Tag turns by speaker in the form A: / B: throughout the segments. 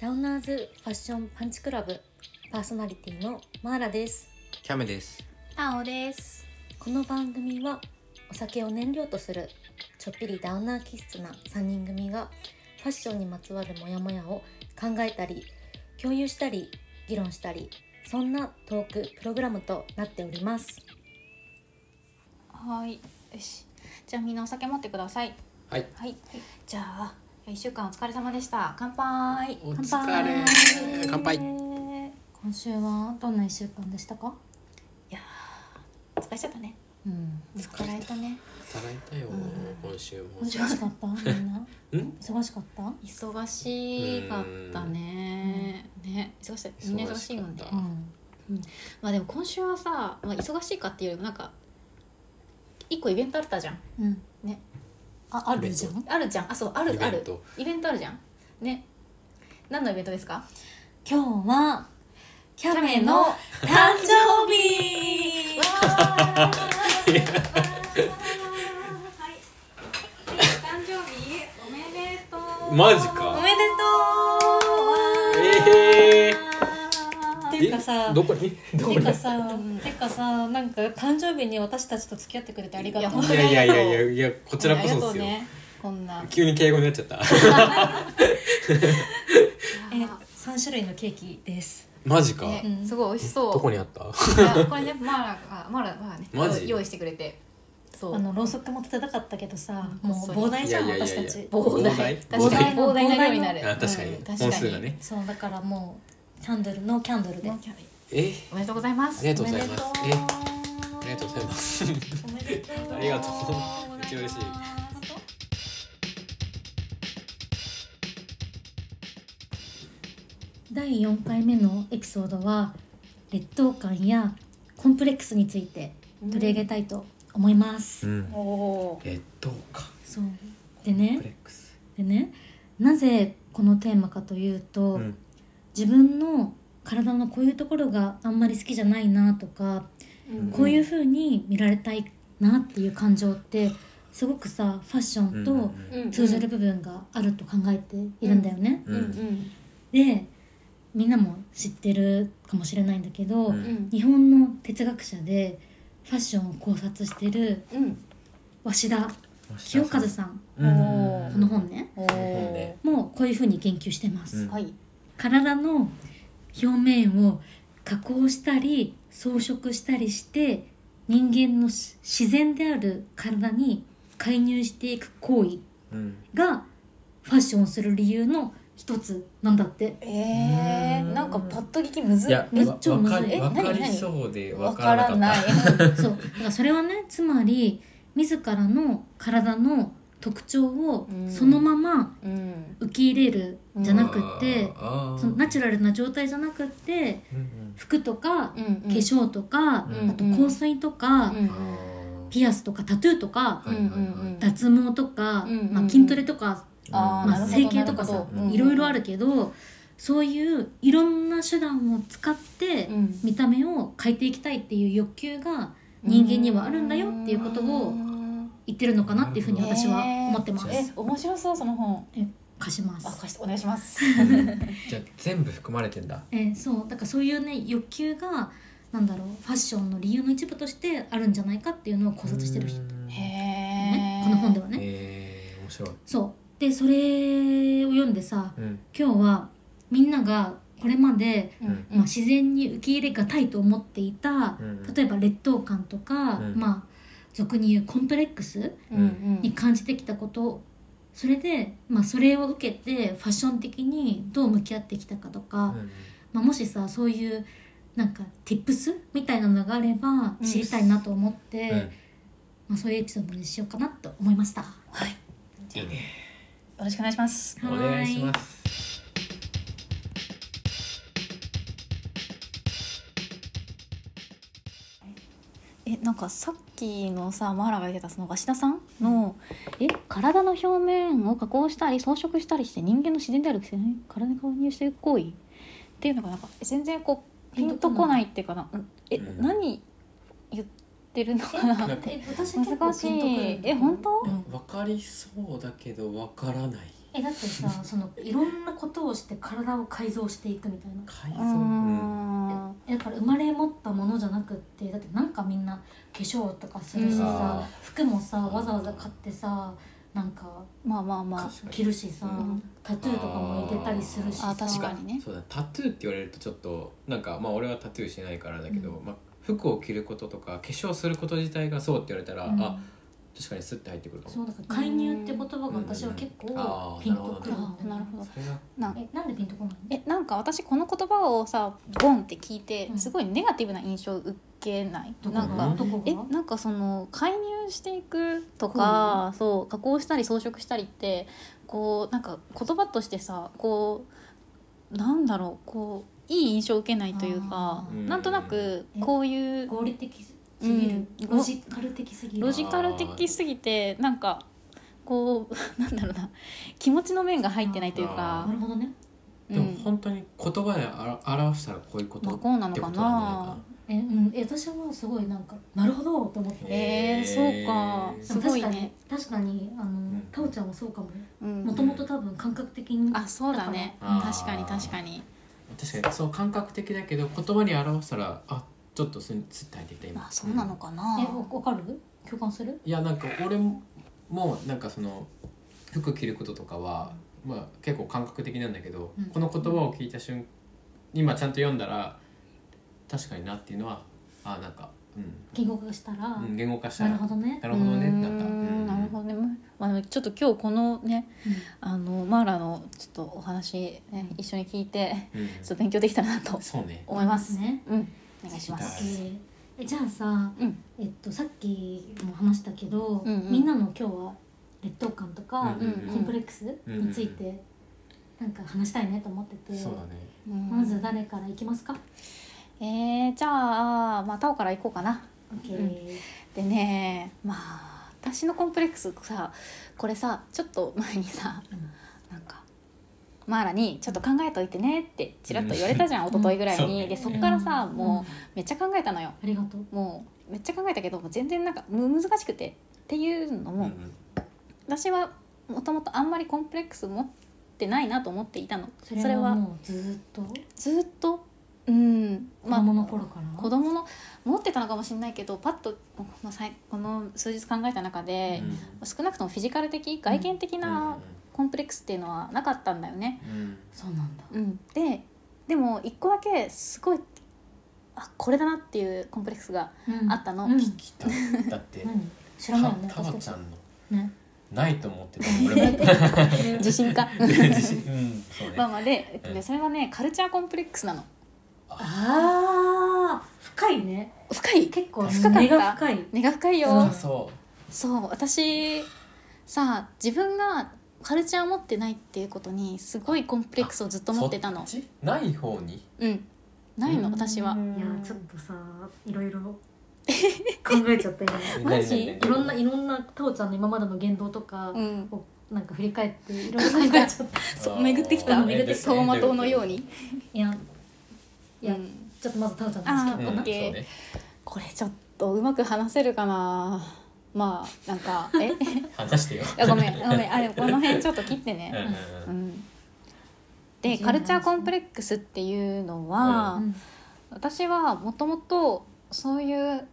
A: ラウナーズファッションパンチクラブパーソナリティのマーラです
B: キャメです。
C: あおです。
A: この番組はお酒を燃料とするちょっぴりダウナー気質な3人組がファッションにまつわるモヤモヤを考えたり共有したり議論したりそんなトークプログラムとなっております
C: はい。よし。じゃあみんなお酒持ってください。
B: はい。
C: はい。じゃあ一週間お疲れ様でした。乾杯。
B: お疲れ乾杯
A: 今週はどんな1週間でしたか
C: 疲れちゃったね。
A: うん
B: 疲れた
C: 疲れたね。
B: 働いたよ、
C: うん
B: 今週も。
A: 忙 しかったみんな
B: うん？
A: 忙しかった
C: 忙しかったね。ね、忙しい。みんな忙しいもんね
B: 忙しかっ。た
A: うん
C: まあでも今週はさ、まあ忙しいかっていうよりもなんか一個イベントあったじゃん。
A: うん
C: ね
A: ああるじゃ
B: イ
A: ん
C: あるじゃん。あ、そうある
B: イベ
C: あ
B: ン
C: る
B: ト。
C: イベントあるじゃん。ね。何のイベントですか？
A: 今日はキャメ
C: キャメの
A: の誕生日
C: わーわーはい誕生日おめでとう
B: マジか
A: おめでとう
B: ええ
A: て
B: ー。
A: いうかさ
B: えどこに？どこ
A: て
B: に？
A: かさてかさなんか誕生日に私たちと付き合ってくれてありがとう
C: い
B: い
C: や
B: やいやいやいやいやこちらこそですよ。
C: ねこんな
B: 急に敬語になっちゃった。
A: え三種類のケーキです
B: マジか。
C: ね
A: うん
C: すごい美味しそう
B: どこにあった？
C: いやこれねマーラがマーラがね
B: マジ
C: 用意してくれてそう
A: あのろうそくも立てたかったけどさ
C: うん
A: もう膨大じゃん
B: いやいやい
A: 私
B: やい
A: た
B: や
A: ち
C: 膨
B: 膨大
C: 大確かに
A: 膨大
C: 膨大
A: の
C: な量になる
B: あ確かに
C: うん
B: 本数がね。
A: そうだからもうキャンドルノーキャンドルで
C: ノーキャリー
B: え
C: おめでとうございます
B: ありがとうございますあ
C: おめでとう
B: りがとうございます。
A: おめでとう
B: ありがとうめっちゃ嬉しい
A: 第4回目のエピソードは劣等感やコンプレックスについて取り上げたいと思います、
B: ん
C: お。おー
B: えどうか。
A: そうで
B: コンプ
A: ね
B: レックス。
A: でねなぜこのテーマかというと、
B: うん。
A: 自分の体のこういうところがあんまり好きじゃないなとか
B: うん
A: こういう風に見られたいなっていう感情ってすごくさファッション
B: うん
A: と
C: うん
A: 通じる部分があると考えているんだよね。
B: う
C: うん
B: ん
A: でみんなも知ってるかもしれないんだけど、
B: うん
C: うんうん
A: 日本の哲学者でファッションを考察してる
C: うん
A: 鷲田清和さん
B: うん
C: おー
A: この本ね
C: お
B: 本
C: ー
B: で
A: もうこういう風に言及してます。
B: うん
C: はい
A: 体の表面を加工したり装飾したりして人間のし自然である体に介入していく行為
B: うん。
A: がファッションをする理由の一つなんだ って
C: え
B: う
C: ー、
B: ん
C: なんかパッと聞きむず
B: いや
A: めっ
B: わ
A: ちゃ
B: わか
A: むずい
B: り
C: え
B: わか
C: 何
B: り
C: 何
B: そうでわ
C: わ
B: か
C: から
B: な
C: らな
B: かっ
C: い
B: た。
A: そうだからそれはねつまり自らの体の特徴を
C: うん
A: そのまま
C: うん
A: 受け入れるじゃなくって
B: あー
A: そのナチュラルな状態じゃなくって
B: うんうん
A: 服とか
C: うん
A: 化粧とか、
B: うん
A: あと香水とか、
C: うん
B: あー
A: ピアスとかタトゥーとか
B: はいはいはい
A: 脱毛とか、
C: うんうんうん
A: まあ、筋トレとか、
C: あー
A: ま
C: な
A: あ、
C: るほど
A: 整形とかさ
B: なるほど
A: いろいろあるけどそういういろんな手段を使って
C: うん
A: 見た目を変えていきたいっていう欲求が人間にはあるんだよっていうことを言ってるのかなっていうふうに私は思ってます。
C: えーえ面白そうその本
A: 貸しま
C: あ
A: す
C: 貸してお願いします
B: じゃあ全部含まれてんだ。
A: えーそうだからそういうね欲求がなんだろうファッションの理由の一部としてあるんじゃないかっていうのを考察してる人、
C: へ
B: へ
A: ね、
C: え
A: この本ではね。
B: え面白い。
A: そうでそれを読んでさ
B: うん
A: 今日はみんながこれまで、
C: うん
A: まあ、自然に受け入れがたいと思っていた、
B: うん
A: 例えば劣等感とか、
B: うん
A: まあ俗に言うコンプレックス
C: うんうん
A: に感じてきたことそれで、まあ、それを受けてファッション的にどう向き合ってきたかとか、
B: うん
A: まあ、もしさそういうなんか tips みたいなのがあれば
C: うん
A: 知りたいなと思って、
B: うん
A: まあ、そういうエピソードにしようかなと思いました。
C: はい
B: いいね。
C: よろしくお願いします
B: お願いします。
C: えなんかさっきのさマーラが言ってたその鷲田さんの、え体の表面を加工したり装飾したりして人間の自然であるくせに体に購入していく行為っていうのがなんかえ全然こうピンとこないっていうかなうんえ、
B: うん
C: 何言ってるのかなって
A: え私結構
C: 難し
A: ピンとくる
C: いえ本当
B: わかりそうだけどわからない。
A: えだってさそのいろんなことをして体を改造していくみたいな
B: 改造、
C: う
B: うん、
C: ん
A: えだから生まれ持ったものじゃなくってだってなんかみんな化粧とかするし
C: うん
A: さ
B: あ
A: 服もさわざわざ買ってさなんか
C: まあまあま
B: 確かに
A: 着るしさ、
C: うん
A: タトゥーとかも入れたりするしさ
C: ああ確かにね
B: そうだタトゥーって言われるとちょっとなんかまあ俺はタトゥーしないからだけど、
A: う
B: まあ、服を着ることとか化粧すること自体がそうって言われたら、
A: うん
B: あ確かにスッて入ってくるかも
A: そうだから介入って言葉が私は結
B: うんあ
A: 構
B: ー
A: ピンとくるんだ
C: あ
A: よ
C: なるほど
B: それが
C: な
A: えなんでピンとこないの
C: えなんか私この言葉をさボンって聞いて
A: うん
C: すごいネガティブな印象を受けない、
A: どこ
C: な
A: が
C: ん
A: ど
C: か
A: こが
C: えなんかその介入していくとかそう加工したり装飾したりってこうなんか言葉としてさこうなんだろうこういい印象を受けないというか
A: あー
C: なんとなく
A: うん
C: こういう
A: 合理的すぎる、
C: うん
A: ロジカル的すぎる
C: ロジカル的すぎてなんかこう なんだろうな気持ちの面が入ってないという
B: あ
A: な
C: か
A: る。ほどね
C: う
B: でも
C: ん
B: 本当に言葉であら表したらこういうこと
C: まあこうなのかな
B: ってことん
A: え,、うん、え私はもうすごいなんかなるほどと思って
B: え
C: えー、そうか
B: えー
A: ですも
C: ご
A: 確
C: い
A: かに
C: ね、
A: 確かにあの、
B: ん
A: タオちゃんもそうかも
C: う
A: も
C: ん、
A: ともと多分感覚的に
C: あそうだね
B: だから
C: 確かに確かに
B: 確かにそう感覚的だけど言葉に表したらあちょっとすスッて入ってきた今
C: あそうなのかな
A: えわわかる共感する
B: いやなんか俺もなんかその服着ることとかは、まあ、結構感覚的なんだけど、
A: うん
B: この言葉を聞いた瞬今ちゃんと読んだら確かになっていうのはあなんか、う
A: 言語化したら、
B: んうん、言語化した
A: な
B: ら
A: るほどね
B: なるほどね
C: うーん
B: なった、うん
C: なるほどね、まあ、でもちょっと今日このね
A: うん
C: あのマーラのちょっとお話、ね、一緒に聞いて
B: うん
C: ちょっと勉強できたらなと
B: そうね
C: 思います。
A: ね
C: うん、お願いしま
A: オ
C: す。
A: ッケーえじゃあさ、
C: うん
A: えっと、さっきも話したけど、
C: うんうん
A: みんなの今日は劣等感とか、
B: うん
C: うん
A: コンプレックスについて、なんか話したいねと思ってて、
B: そうだね
C: うん
A: まず誰からいきますか、
C: えー、じゃあまあタオから行こうかな。
A: オッケー
C: うでねまあ私のコンプレックスさこれさちょっと前にさなんかマーラに「ちょっと考えといてね」ってちらっと言われたじゃ
A: う
C: ん、
A: ん
C: 一昨日ぐらい
B: そう
C: に。
B: ね
C: でそっからさ
A: うん
C: も
A: うん
C: うめっちゃ考えたのよ。
A: ありがとう
C: もうめっちゃ考えたけどもう全然なんかむ難しくてっていうの
B: うん
C: も、私はもともとあんまりコンプレックス持ってないなと思っていたのそ
A: そ
C: れ
A: れは
C: は
A: もうずーっと
C: ずっとうん
A: 子供の頃から、
C: 子供の持ってたのかもしれないけどパッと、まあ、さいこの数日考えた中で、少なくともフィジカル的外見的なコンプレックスっていうのはなかったんだよね。
B: うんうん
A: そうなんだ、
C: うん、ででも一個だけすごいあこれだなっていうコンプレックスが
A: うん
C: あったの
A: うん
B: 聞き たいだって
A: 何知
B: た
A: らないよね
B: たま
A: 私
B: ち
A: た
B: ゃ
A: ち
B: んの
A: ね
B: ないと思ってたもん俺も
C: 自信家
B: 自信うんそうね
C: まあまあで、えっと
B: う
C: ね、
B: ん
C: それはねカルチャーコンプレックスなの
A: ああ深いね
C: 深い
A: 結構
C: 深かった
A: 根が深い
C: 根が深いよ、
B: そうそう
C: そう私さ自分がカルチャー持ってないっていうことにすごいコンプレックスをずっと持ってたの
B: そっちない方に
C: うんないの
A: うん
C: 私はい
A: やちょっとさいろいろ考えちゃったよ ね
C: マジ
A: いろんないろんなタオちゃんの今までの言動とか
C: うん
A: をなんか振り返 っていろいろ考えちゃった
C: そう巡ってきたの
A: 巡ってきた
C: 走馬灯のように、
A: いやいや、
C: うん
A: ちょっとまずタオちゃんの話聞
B: う
A: こうか
B: んそ
A: な
B: うね
C: これちょっとうまく話せるかなまあなんかえ
B: 話してよ
C: あご めんごめんあでもこの辺ちょっと切ってね、う
B: うん
C: ん、でカルチャーコンプレックスっていうのは、
A: うん
C: 私はもともとそういう、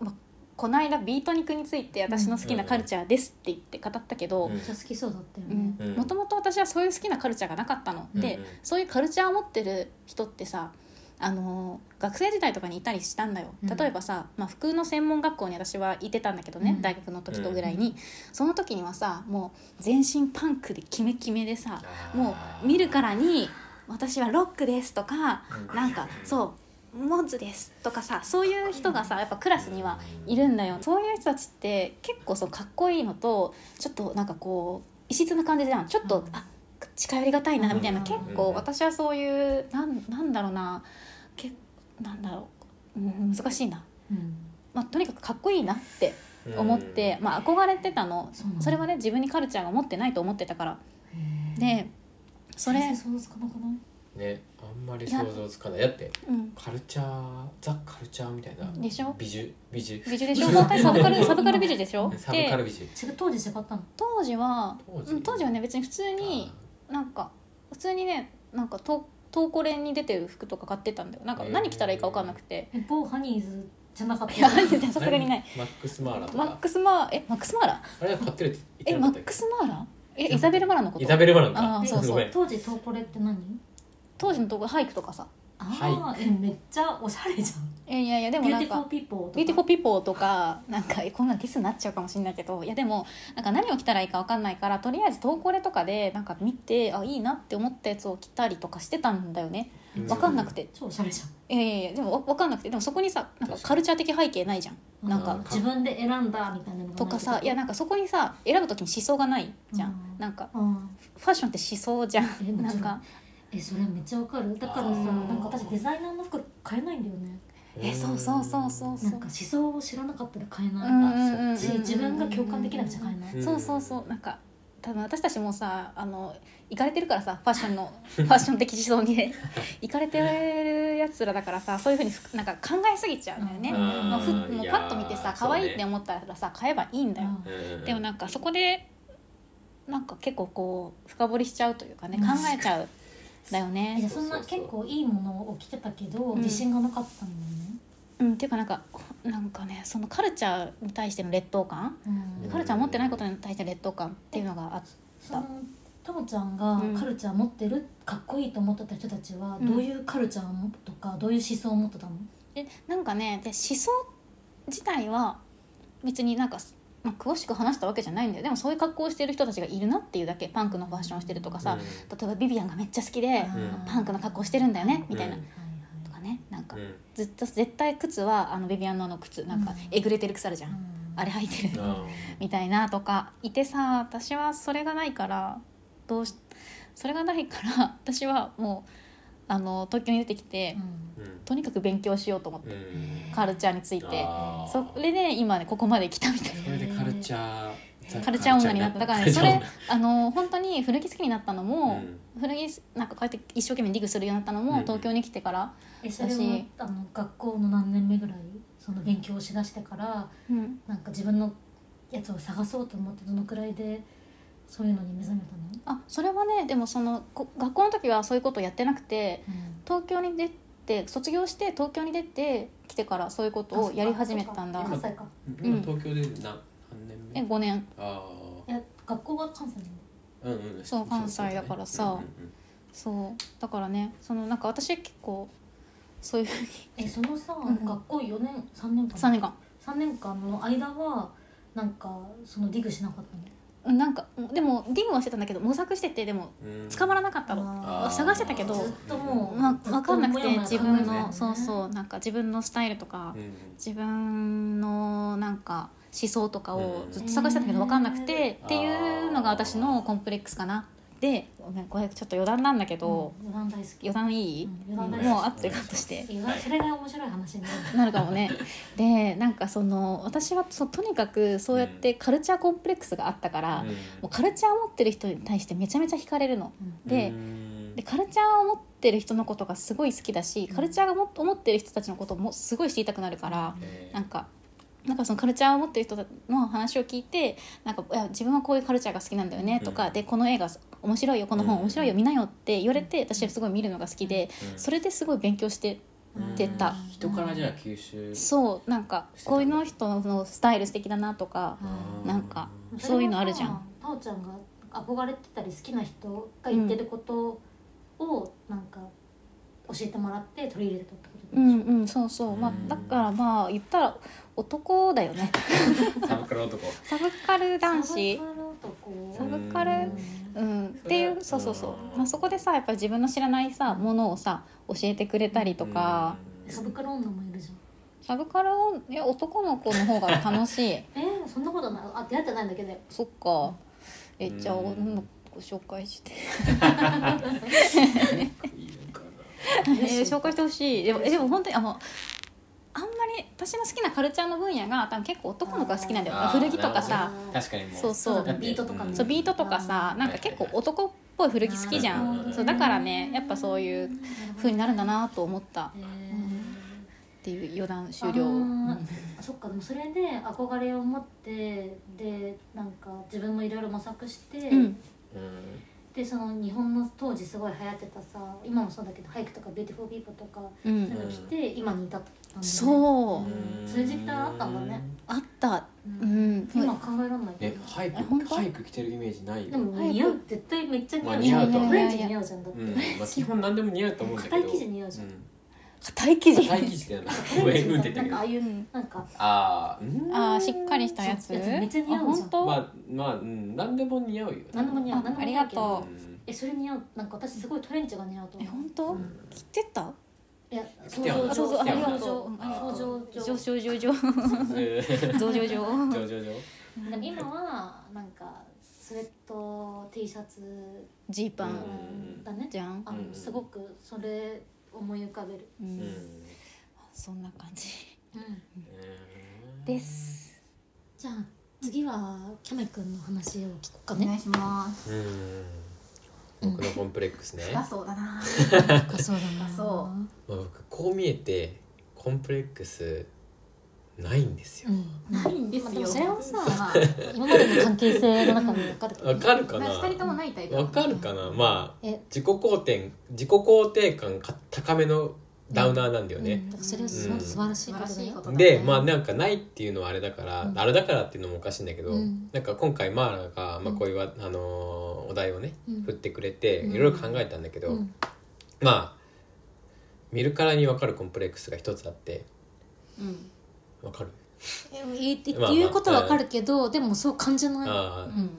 C: ま、この間ビートニクについて私の好きなカルチャーですって言って語ったけど
A: めっちゃ好きそうだったよね、
B: うん
C: もともと私はそういう好きなカルチャーがなかったの、で
B: うんうん
C: そういうカルチャーを持ってる人ってさあのー学生時代とかにいたりしたんだよ
A: うん
C: 例えばさ、まあ、服の専門学校に私はいてたんだけどね、
A: うん
C: 大学の時とぐらいに、その時にはさもう全身パンクでキメキメでさもう見るからに「私はロックです」とか
B: うん
C: なんかそう「モンズです」とかさそういう人がさやっぱクラスにはいるんだよそういう人たちって結構そうかっこいいのとちょっとなんかこう異質な感じじゃんちょっと、
A: うん
C: あ近寄りがたいなみたいな、
A: うん
C: 結
B: う
C: 構
B: ん
C: 私はそういうなんなんだろうなけなんだろう、うん、難しいな、
A: うん
C: まあ、とにかくかっこいいなって思って、まあ、憧れてたの
A: そうなんだ
C: それはね自分にカルチャーが持ってないと思ってたから
A: へー
C: でそれ
A: 全然想像つかなくない
B: ねあんまり
C: いや
B: 想像つかないだって
C: うん、
B: カルチャーザ・カルチャーみたいな
C: でしょ
B: 美術美術
C: 美女でしょ本当にサブカルサブカル美女でしょ
B: サブカル
C: で
B: 美術
A: 違う当時違ったの
C: 当時は
B: 当時
C: うん当時はね別に普通になんか普通にねなんかと東コレに出てる服とか買ってたんだよなんか
B: へー
C: 何着たらいいか分かんなく て、
A: え某ハニーズじゃなかっ
C: いや
A: た
C: さすがにない
B: マックス・マーラと
C: マッ
B: か
C: クスマーえマックスマーラ
B: あれは買ってるって言って
C: え
B: なか
C: マ
B: ったっ
C: ック
B: け
C: スマーラえイザベル・マラのこと
B: イザベル・マラン
C: あ
B: か
C: ーそうそう
B: ごめん
A: 当時東コレって何
C: 当時の動画俳句とかさ
A: ああえめっちゃおしゃれじゃ
C: えいやいやで
A: ん
C: も
A: ビューテ
C: なん
A: ィフォ
C: か
A: ーピーポー
C: ビューティフォーピポーとかなんかえこんなんキスになっちゃうかもしれないけどいやでもなんか何を着たらいいか分かんないからとりあえず東コレとかでなんか見てあいいなって思ったやつを着たりとかしてたんだよね
B: う
C: 分かんなくて、
A: 超おしゃれじゃん
C: いやいやいやでもわわかんなくてでもそこにさなん
B: 確
C: か
B: かに
C: カルチャー的背景ないじゃんなんか
A: う自分で選んだみたいなのがないってこと
C: かさいやなんかそこにさ選ぶ時に思想がないじゃん、
A: うん
C: なんか
A: うん
C: ファッションって思想じゃ
A: えもち
C: ん
A: ろん
C: なんか
A: えそれめっちゃわかるだからさ
B: あ
C: ー
A: なんか私デザイナーの服買えないんだよね
C: えそうそうそうそう
A: なん
C: そう
A: か思想を知らなかったら買え
C: う
A: ない、
C: んうんうんうん
A: し自分が共感できなくちゃ買えない、
B: うん
C: そうそうそうなんか多分私たちもさあの行かれてるからさファッショ ンのファッション的思想にね行かれてるやつらだからさそういうふうにふなんか考えすぎちゃうんだよね、
A: う
C: もうふ
B: ん
C: もうパッと見てさ可愛いって思ったらさ買えばいいんだよ、
B: うん
C: でもなんかそこでなんか結構こう深掘りしちゃうというかね
A: う
C: 考
A: ん
C: えちゃう
A: えじ
C: だよ
A: ゃ
C: ね
A: あ。そんな
B: そうそうそう
A: 結構いいものを着てたけど、
C: うん
A: 自信がなかったん
C: うん、っていうかなんかなんかねそのカルチャーに対しての劣等感、
A: だよね、うん
B: ん
C: カルチャーを持ってないことに対しての劣等感っていうのがあって
A: そのともちゃんが
C: うん
A: カルチャー持ってる、かっこいいと思ってた人たちは
C: うん
A: どういうカルチャーをとかどういう思想を持ってたの、
C: でなんかねで思想自体は別になんか、まあ、詳しく話したわけじゃないんだよでもそういう格好をしてる人たちがいるなっていうだけパンクのファッションをしてるとかさ、例えばビビアンがめっちゃ好きで
B: ん
C: パンクの格好してるんだよねみたいな、
B: うん
C: と
A: と
C: か
A: か
C: ねなんか
B: うん
C: ずっと絶対靴はあのビビアンのあの靴なんか
A: うん
C: えぐれてる草あるじゃん、あれ履いてるみたいなとかいてさ私はそれがないからどうしそれがないから 私はもうあの東京に出てきて、
B: うんうん
C: とにかく勉強しようと思って、
B: うん
C: カルチャーについて
B: あー
C: それで今ねここまで来たみ たい
B: それでカルチャーザ
C: なカルチャー女になっただからね
B: カル
C: そ
B: チャー
C: れあの本当に古着好きになったの
B: 女
C: も、古着なんかこうやって一生懸命リグするようになったの
B: うん
C: も東京に来てから、
A: えそれは
C: 私
A: あの学校の何年目ぐらいその勉強をしだしてから
C: うん
A: なんか自分のやつを探そうと思ってどのくらいでそういうのに目覚めたの、
C: あそれはねでもそのこ学校の時はそういうことやってなくて東京に出て卒業して東京に出て来てからそういうことをやり始めたんだ
A: あそっ
B: 今
A: かそっか関
B: うん今東京で何何年目
C: え5年
B: あ
A: 西かいや学校が関西なんだ
B: あうんうん
C: そう関西だからさ
B: うんうんうん
C: そうだからねそのなんか私結構そういうふうに
A: えそのさ、
C: うん
A: 学校4年3年間
C: 3年間
A: 3年間の間はなんかそのディグしなかったの
C: うんなんかでもディグはしてたんだけど模索しててでも
B: うん
C: 捕まらなかったの、
A: あ
B: ー
C: 探してたけど
A: ずっともう
C: まあ、分かんなくて自分
B: 考えて
C: の
B: ね
C: そうそうなんか自分のスタイルとか、
B: うん
C: 自分のなんか思想とかを
B: うん
C: ずっと探してたんだけど分かんなくて、
B: うん
C: っていうのが私のコンプレックスかなでごめんこれちょっと余談なんだけど、
A: うん、余談大好き
C: 余談いい、
A: うん余談大好き
C: もう後でカットして
A: 意外それが面白い話になる
C: なるかもねでなんかその私はそうとにかくそうやってカルチャーコンプレックスがあったから、
B: うん
C: もうカルチャー持ってる人に対してめちゃめちゃ惹かれるの。で
B: うん
C: でカルチャーを持ってる人のことがすごい好きだしカルチャーがも思ってる人たちのこともすごい知りたくなるから
B: えー
C: なんかなんかそのカルチャーを持ってる人の話を聞いてなんかいや自分はこういうカルチャーが好きなんだよねとか、
B: うん
C: でこの映画面白いよこの本
B: うん
C: 面白いよ見なよって言われて私はすごい見るのが好きで
B: うん
C: それですごい勉強して
A: うん
C: 出
A: う
C: た
A: ん
B: 人からじゃあ吸収
C: そうなんか
B: してた
C: こういうの人のスタイル素敵だなとか
A: うん
C: なんか
A: れもさ
C: そういうのあるじゃん。
A: たおちゃんが憧れてたり好きな人が言ってることをなんか教えてもらって取り入れたってこと
C: う
A: でし
C: んうんそうそうまあ
B: うん
C: だからまあ言ったら男だよね
B: サブカル男
C: サブカル
A: ょ
C: 男子
A: サブカル男
C: サブカルうん、っていう
B: そう
C: そ
B: れ
C: そうそう
B: う、ん
C: まあ、そこでさやっぱり自分の知らないさものをさ教えてくれたりとか、
B: うん
A: サブカル女もいるじ
C: サブカルをいや男の子の方が楽し い
A: ゃんえー、そんなことないあ出会ってないんだけど
C: そっかえ
B: うん
C: じゃあ女の子紹介して
B: いいのかな
C: えー紹介してほしい でもえでも本当にあもうあんまり私の好きなカルチャーの分野が多分結構男の子が好きなんだよ
B: あー
C: 古着とかさ
A: あー
B: 確かにも
C: そうそう
A: だねビートとか
B: う
A: も
B: ん
C: そうビートとかさ
A: うん
C: なんか結構男っぽい古着好きじゃ
B: なるほど
C: ん
B: ね
C: そうだからねやっぱそういう風になるんだなと思ったっ
A: へー
C: ていう余談終了
A: あーそっかでもそれで憧れを持ってでなんか自分もいろいろ模索して、
C: うん
B: うん
A: でその日本の当時すごい流行ってたさ今もそうだけど俳句とかビューティフルビーポーとか
C: う
A: そうい
C: ん
A: うの着て今に至ったんだね
C: そう
A: うんそういう時期からあったんだね
C: あった
A: うん
C: うん
A: 今は考えられないけ
B: え
A: ど
B: 俳句
C: あ本当
B: 俳句着てるイメージないよ
A: でも
C: 早く
A: 似合う絶対めっちゃ似合う
B: まあ似合うと
A: トレンチ似合うじゃんだっ
B: う
A: て
B: んまあ基本何でも似合うと思うんだけど
A: 硬い生地似合うじゃん
C: 硬い生
B: うん
C: 地
B: 硬い生地だよな
A: ト
B: 上
A: レンチ
B: 組んで
A: とか
B: た
A: なんか
B: けど
A: ああいうなんか
B: あーうん
C: あーしっかりしたやつ
A: そうやつめっちゃ似合うじゃん
C: あ本
B: まあまあうん何でも似合うよ
A: 何でも似合う
C: あ
A: 何でも
C: あり
A: 似合
C: が
A: うけど
C: と
B: うん
A: えそれ似合うなんか私すごいトレンチが似合うと
C: 当え
A: 思う
C: 本当
B: うん
C: 切ってった
A: いや
B: 来
A: 想
B: て
A: 像
B: はな
A: 上
B: い
C: あそうそうありがとううん
B: ありがとう
A: 想像
C: 上
A: 上
C: 昇上昇増上上
B: 上上上
A: でも今はなんかスウェット T シャツ
C: ジーパ
B: う
C: ン
B: ん
A: だね
C: じゃん
A: あの
B: うん
A: すごくそれ思い浮かべる、
C: う
B: うんん
C: そんな感じ
D: です
A: じゃあ次はキャメ君の話を聞こうか
E: お
A: ね
E: 願いします。
B: うん僕のコンプレックスね、
E: だそうだな。
A: 深そうだ
E: 深そ
B: まあ、僕こう見えてコンプレックスないんですよ
A: う、ん
E: ないんです
A: まあ、
E: よ。
A: でもそれはさ
E: まあ
A: 今までの関係性の中で分かるけど
B: わかるかな
E: 二人ともないタイプ。
B: わかるかなまあ
A: え
B: 自己肯定自己肯定感か高めのダウナーなんだよ
A: う
B: ね
A: ん、だからそれはすごい
B: うん
A: 素晴らし
E: 素
A: い
E: 晴
A: こと
E: ら
A: だ
E: しい
A: よ
E: こ、とだね。
B: でまあなんかないっていうのはあれだから、
A: うん
B: あれだからっていうのもおかしいんだけど、
A: うん
B: なんか今回マーラが、ま
A: う
B: あ、
A: ん
B: こういうわ、あのーお題をね
A: うん
B: 振ってくれて、
A: うん
B: いろいろ考えたんだけど、
A: うん
B: まあ見るからにわかるコンプレックスが一つあって
C: うん
B: わかる
A: え言って
B: まあまあ
A: 言うことは分かるけどでもそう感じない
B: ああ
C: うんうん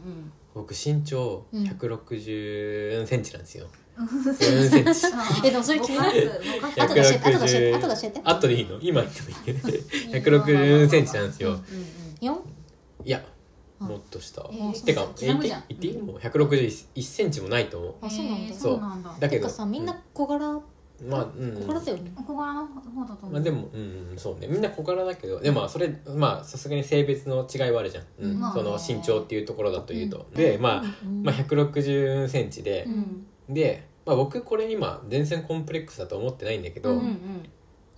B: 僕身長
A: うん
B: 160センチなんですよ。4センチ。
A: えでもそれ気になる
E: ぼかす
A: 後で教えて後で教えて
B: 160
A: 後で教えて
B: あとでいいの？今言ってもい いね。160センチなんですよ。
A: 四
B: いや、
A: あ
B: もっと下。
E: えー
B: てか
E: そうそ
B: 言っ
E: う刻む
B: て
E: じゃん
B: 言っていいもう161センチもないと思
A: あそうなんだ
E: えーそうなんだ
B: う。。だ
A: て
B: けど
A: かさみんな小柄
B: うんまあうん
A: 小。柄だよね
E: 小柄の方だと思う。
B: まあでもうんうんそうねみんな小柄だけどでもまあそれまあさすがに性別の違いはあるじゃん、うん
A: まあ
B: その
E: ね
B: 身長っていうところだというと、でまあ、まあ、160センチで
A: う、ん
B: で、まあ、僕これ今全然コンプレックスだと思ってないんだけど、
A: う
C: うんんうん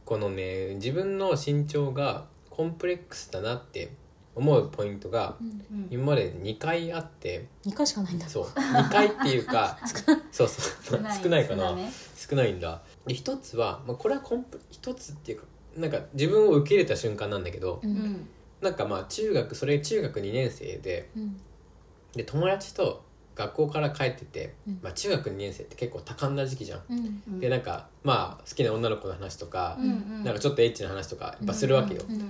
B: このね自分の身長がコンプレックスだなって思うポイントが
A: うん
C: うん
B: 今まで2回あって
A: 二回しかないんだ
B: そう2回っていうかそうそう少ないかな
E: 少め
B: 少ないんだで一つは、まあ、これはコンプ一つっていうかなんか自分を受け入れた瞬間なんだけど
A: うん
C: うん
B: なんかまあ中学それ中学2年生で
A: うん
B: で友達と学校から帰ってて
A: うん、
B: まあ、中学2年生って結構多感な時期じゃん
A: うん
C: うん
B: でなんかまあ好きな女の子の話とか
C: う、んうん
B: なんかちょっとエッチな話とかやっぱするわけよ、
A: う
C: うん
A: ん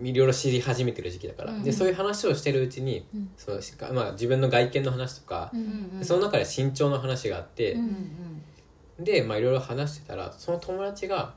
C: うん
B: いろいろ知り始めてる時期だから、
C: うん
B: でそういう話をしてるうちに
A: うん
B: そのしか、まあ、自分の外見の話とか
A: う、
C: うんんうん
B: その中で身長の話があって、
A: う
C: うんんうん
B: で、まあ、いろいろ話してたらその友達が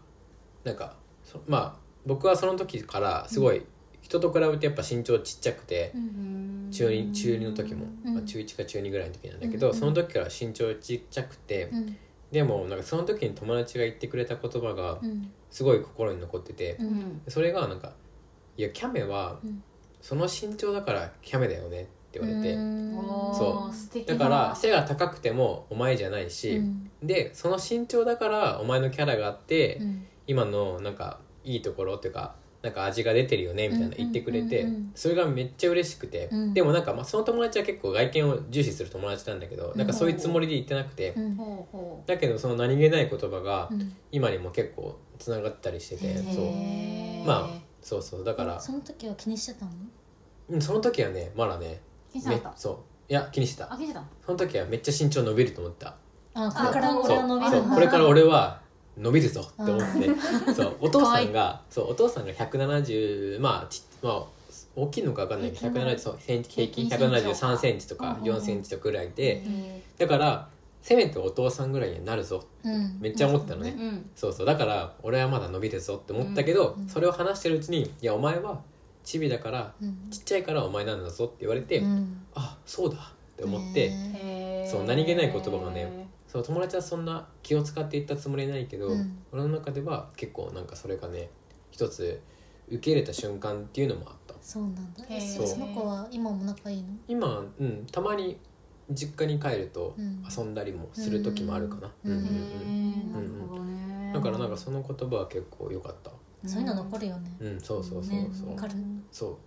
B: なんかそまあ僕はその時からすごい人と比べてやっぱ身長ちっちゃくて、
C: うん
B: 中2中二の時も、
A: うん
B: まあ、中1か中2ぐらいの時なんだけ
A: う
B: ど、
A: ん
B: その時から身長ちっちゃくて、
A: うん
B: でもなんかその時に友達が言ってくれた言葉が
A: うん
B: すごい心に残ってて、
A: う
C: うんん
B: それがなんか「いやキャメは
A: うん
B: その身長だからキャメだよね」って言われて、
E: お
B: そ
E: ー素敵
B: だ
E: な
B: から背が高くてもお前じゃないうし、
A: ん
B: でその身長だからお前のキャラがあって、
A: うん
B: 今のなんかいいところっていうかなんか味が出てるよねみたいな言ってくれて、
A: うんうんうんうん
B: それがめっちゃ嬉しくて、
A: うん
B: でもなんかまあその友達は結構外見を重視する友達なんだけど、なんかそういうつもりで言ってなくて、
A: うん
E: ほうほ
B: だけどその何気ない言葉が
A: うん
B: 今にも結構つながったりしてて、
A: へー
E: う。
B: そう
E: へー
B: まあそうそうだから
A: えその時は気にしてたの
B: うんその時はねまだね
E: 気にしな
B: め
E: かった。
B: そういや気にして
E: あ
B: た
E: 気にしてた。
B: その時はめっちゃ身長伸びると思った
A: あこれから
E: そう
A: 俺は伸び
B: そ
A: る
B: うん
E: あ
A: だ
B: これから俺は伸びるぞって思って そうお父さんがそうお父さんが170まあちまあ大きいのか分かんないけど
A: 平均
B: 170そう平均173センチとか
E: うん
B: 4センチとかぐらいで
A: え
B: だからせめてお父さんぐらいになるぞ
A: ーうん
B: めっちゃ思ったのね
C: うん
B: そうそうだから俺はまだ伸びるぞって思ったけど
A: うん
B: それを話してるうちに「いやお前はチビだから
A: うん
B: ちっちゃいからお前なんだぞ」って言われて
A: うん
B: 「あそうだ」って思って
A: ね
E: へー
B: そう何気ない言葉がね。そう友達はそんな気を使って言ったつもりないけど、
A: うん
B: 俺の中では結構なんかそれがね一つ受け入れた瞬間っていうのもあった
A: そうなんだえ
E: へー
A: そその子は今も仲いいの
B: 今、うん、たまに実家に帰ると
A: うん
B: 遊んだりもする時もあるかな、
A: うん
B: うんうん
E: へー
B: う
E: なんるほど
B: う
E: ね
B: んだからなんかその言葉は結構良かった
A: そういうの残るよね。
B: うんそうそうそう
A: ね
B: そう、
A: わかる。
B: そ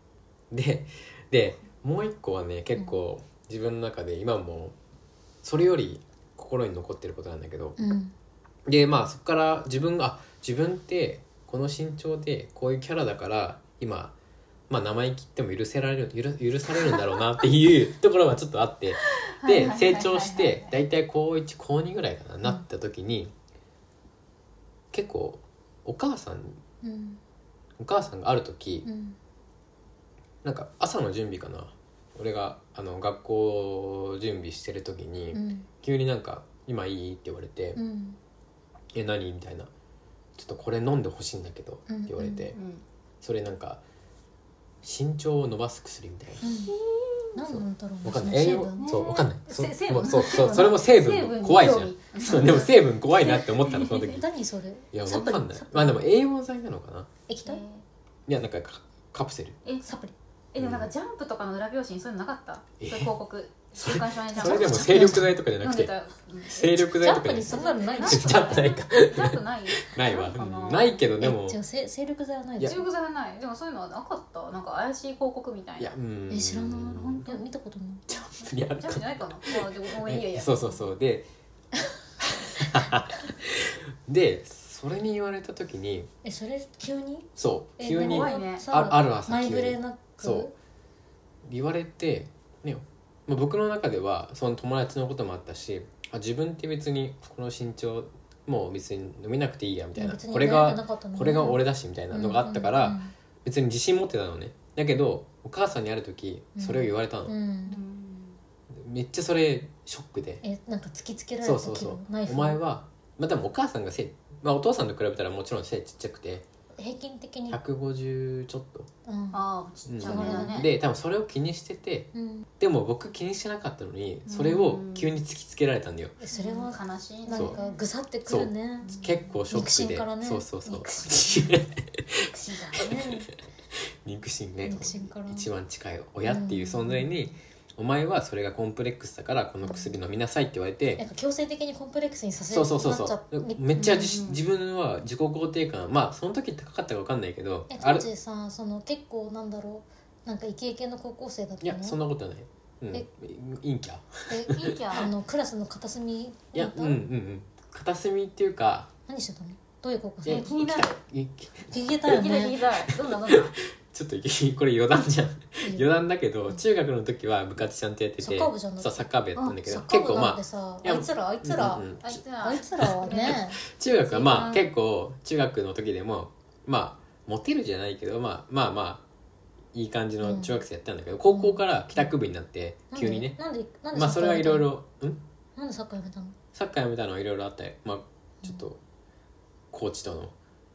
B: うででもう一個はね結構自分の中で今もそれより心に残ってることなんだけど
A: うん。
B: でまあそこから自分があ自分ってこの身長でこういうキャラだから今、まあ、生意気っても許せられる許許されるんだろうなっていう ところはちょっとあってで成長して大体高1高2ぐらいかななった時に、結構お母さん
A: うん。
B: お母さんがある時、
A: うん。
B: なんか朝の準備かな俺があの学校準備してる時に、
A: うん。
B: 急になんか「今いい?」って言われて「
A: うん。
B: え何?」みたいな「ちょっとこれ飲んでほしいんだけど」って言われて、それなんか身長を伸ばす薬みたいな。
A: 何なんだろう
B: わかんな
A: その
B: い栄
A: 成
B: 養
A: 分
B: そうわかんないそ
E: せ成
B: も
E: 分
B: うそうそうそれも成
F: 成分
B: 分
F: に
B: 怖いじゃん
F: 興
B: そうでも成分怖いなって思ったの その時い
A: 何それ
B: や
A: サ
B: わ
A: プリ
B: かんない
A: サプリ
B: まあでも栄養剤なのかな
A: 液体
B: いやなんかカカプセル
E: え
A: サプリ
E: えでもなんかジャンプとかの裏表紙にそういうのなかったそう
B: え
E: いう広告
B: そ
E: 週
B: れ
E: 刊少年ジャン
B: そ
E: プ
B: れでも精力剤とかじゃな
E: 飲
B: く
E: んで
B: て
E: た
B: 精力
A: ジ
B: 剤
A: ャ
B: と
A: ン
B: か
A: プ
B: じ
A: にそんな
B: ゃなくて
A: のないで
B: ジ
A: しょ
B: ャンプないか
E: ジャンプない
B: ないわ
E: あの
B: うんないけどでも
A: えじゃあせ精力剤はない
B: い
A: で
B: や
A: す
E: 中国じゃないでもそういうのはなかったなんか怪しい広告みたいない
B: やうん
A: え知らない本
B: ジ
A: 当見たことない
B: ャンプにある
E: ジ
B: か
E: ャン
B: な
E: プじゃないかなまあでももういいやいいや
B: そうそうそう ででそれに言われた時に
A: えそれ急に
B: そう
A: え
B: 急に
A: でも
E: 怖いね
A: さ
B: あある朝
A: 前
B: 急
A: 触れ
B: に
A: なく
B: そう言われて、ねまあ、僕の中ではその友達のこともあったしあ自分って別にこの身長もう別に飲めなくていいやみたいな
A: 別に
B: これ
A: 悩んで
B: が
A: なかったのね
B: これが俺だしみたいなのがあったから、別に自信持ってたのねだけどお母さんに会う時それを言われたの、
A: うんうんうん
E: うん
B: めっちゃそれショックで
A: えなんか突きつけられ
B: そ
A: た
B: うそう
A: 気
B: そ
A: 分
B: う
A: ナイフ
B: お前はまあでもお母さんがせい、まあ、お父さんと比べたらもちろん背ちっちゃくて
A: 平均的に
B: 150ちょっと、
A: うん
E: ああち
B: う
E: っ
B: ん
E: ちゃめだね
B: で多分それを気にしてて
A: うん
B: でも僕気にしてなかったのにそれを急に突きつけられたんだよ
A: えそれは
E: 悲しいね
A: なんかぐさってくるね
B: 結構ショック
A: 肉
B: で
A: 親からね
B: そうそうそう
A: 肉
F: 肉親だね
B: 肉親ね
A: 肉親から
B: 一番近い親っていう存在に、お前はそれがコンプレックスだからこの薬飲みなさいって言われ
A: な
B: て
A: んか強制的にコンプレックスにさせ
B: そうそうそう
A: なっちゃっ
B: そう
A: み
B: めっちゃ
A: うん
B: 自,、
E: うん
B: 自分は自己肯定感まあその時高かったか分かんないけど
A: え
B: あ
A: 当
B: る
A: 時さその結構なんだろうなんかイケイケの高校生だった
B: いやそん
A: の
B: なことない、うん、
A: え
B: 陰キャ
A: え
E: いいキ
A: あ
E: ャ
A: のクラスの片隅
B: いや
A: だっ
B: う
A: た
B: んうんうん片隅っていうか
A: 何してたのどういう高校
B: え
A: 生
E: や気になる
B: い
A: 聞けたよ
E: 聞きたい聞
A: ね
E: きたいどんなどんな
B: ちょっとこれ余談じゃん
A: いい
B: 余
A: よ
B: 談だけど中学の時は部活ちゃんとやってて
A: サッカー部じゃない
B: そうサッカー部やったんだけ
A: サ
B: ど
A: ッカ
B: 結
A: ー部
B: 構
A: なん
B: ま
A: てさ
B: いや
A: あいつらあいつ
B: あ、
A: ら
B: うんうん
E: あいつら
A: あいつらはね
B: 中学はまあ
E: 一番
B: 結構中学の時でもまあモテるじゃないけど、まあ、まあまあいい感じの中学生やったんだけど、高校から帰宅部になって 急にね、
A: なんでなんでなんで
B: まあ
A: サ
B: そ
A: ッカー
B: れはいろい
A: やめ
B: ろん
A: たのなんでサッカーやめたの
B: サッカーやめたのはいろいろあってまあちょっとコーチとの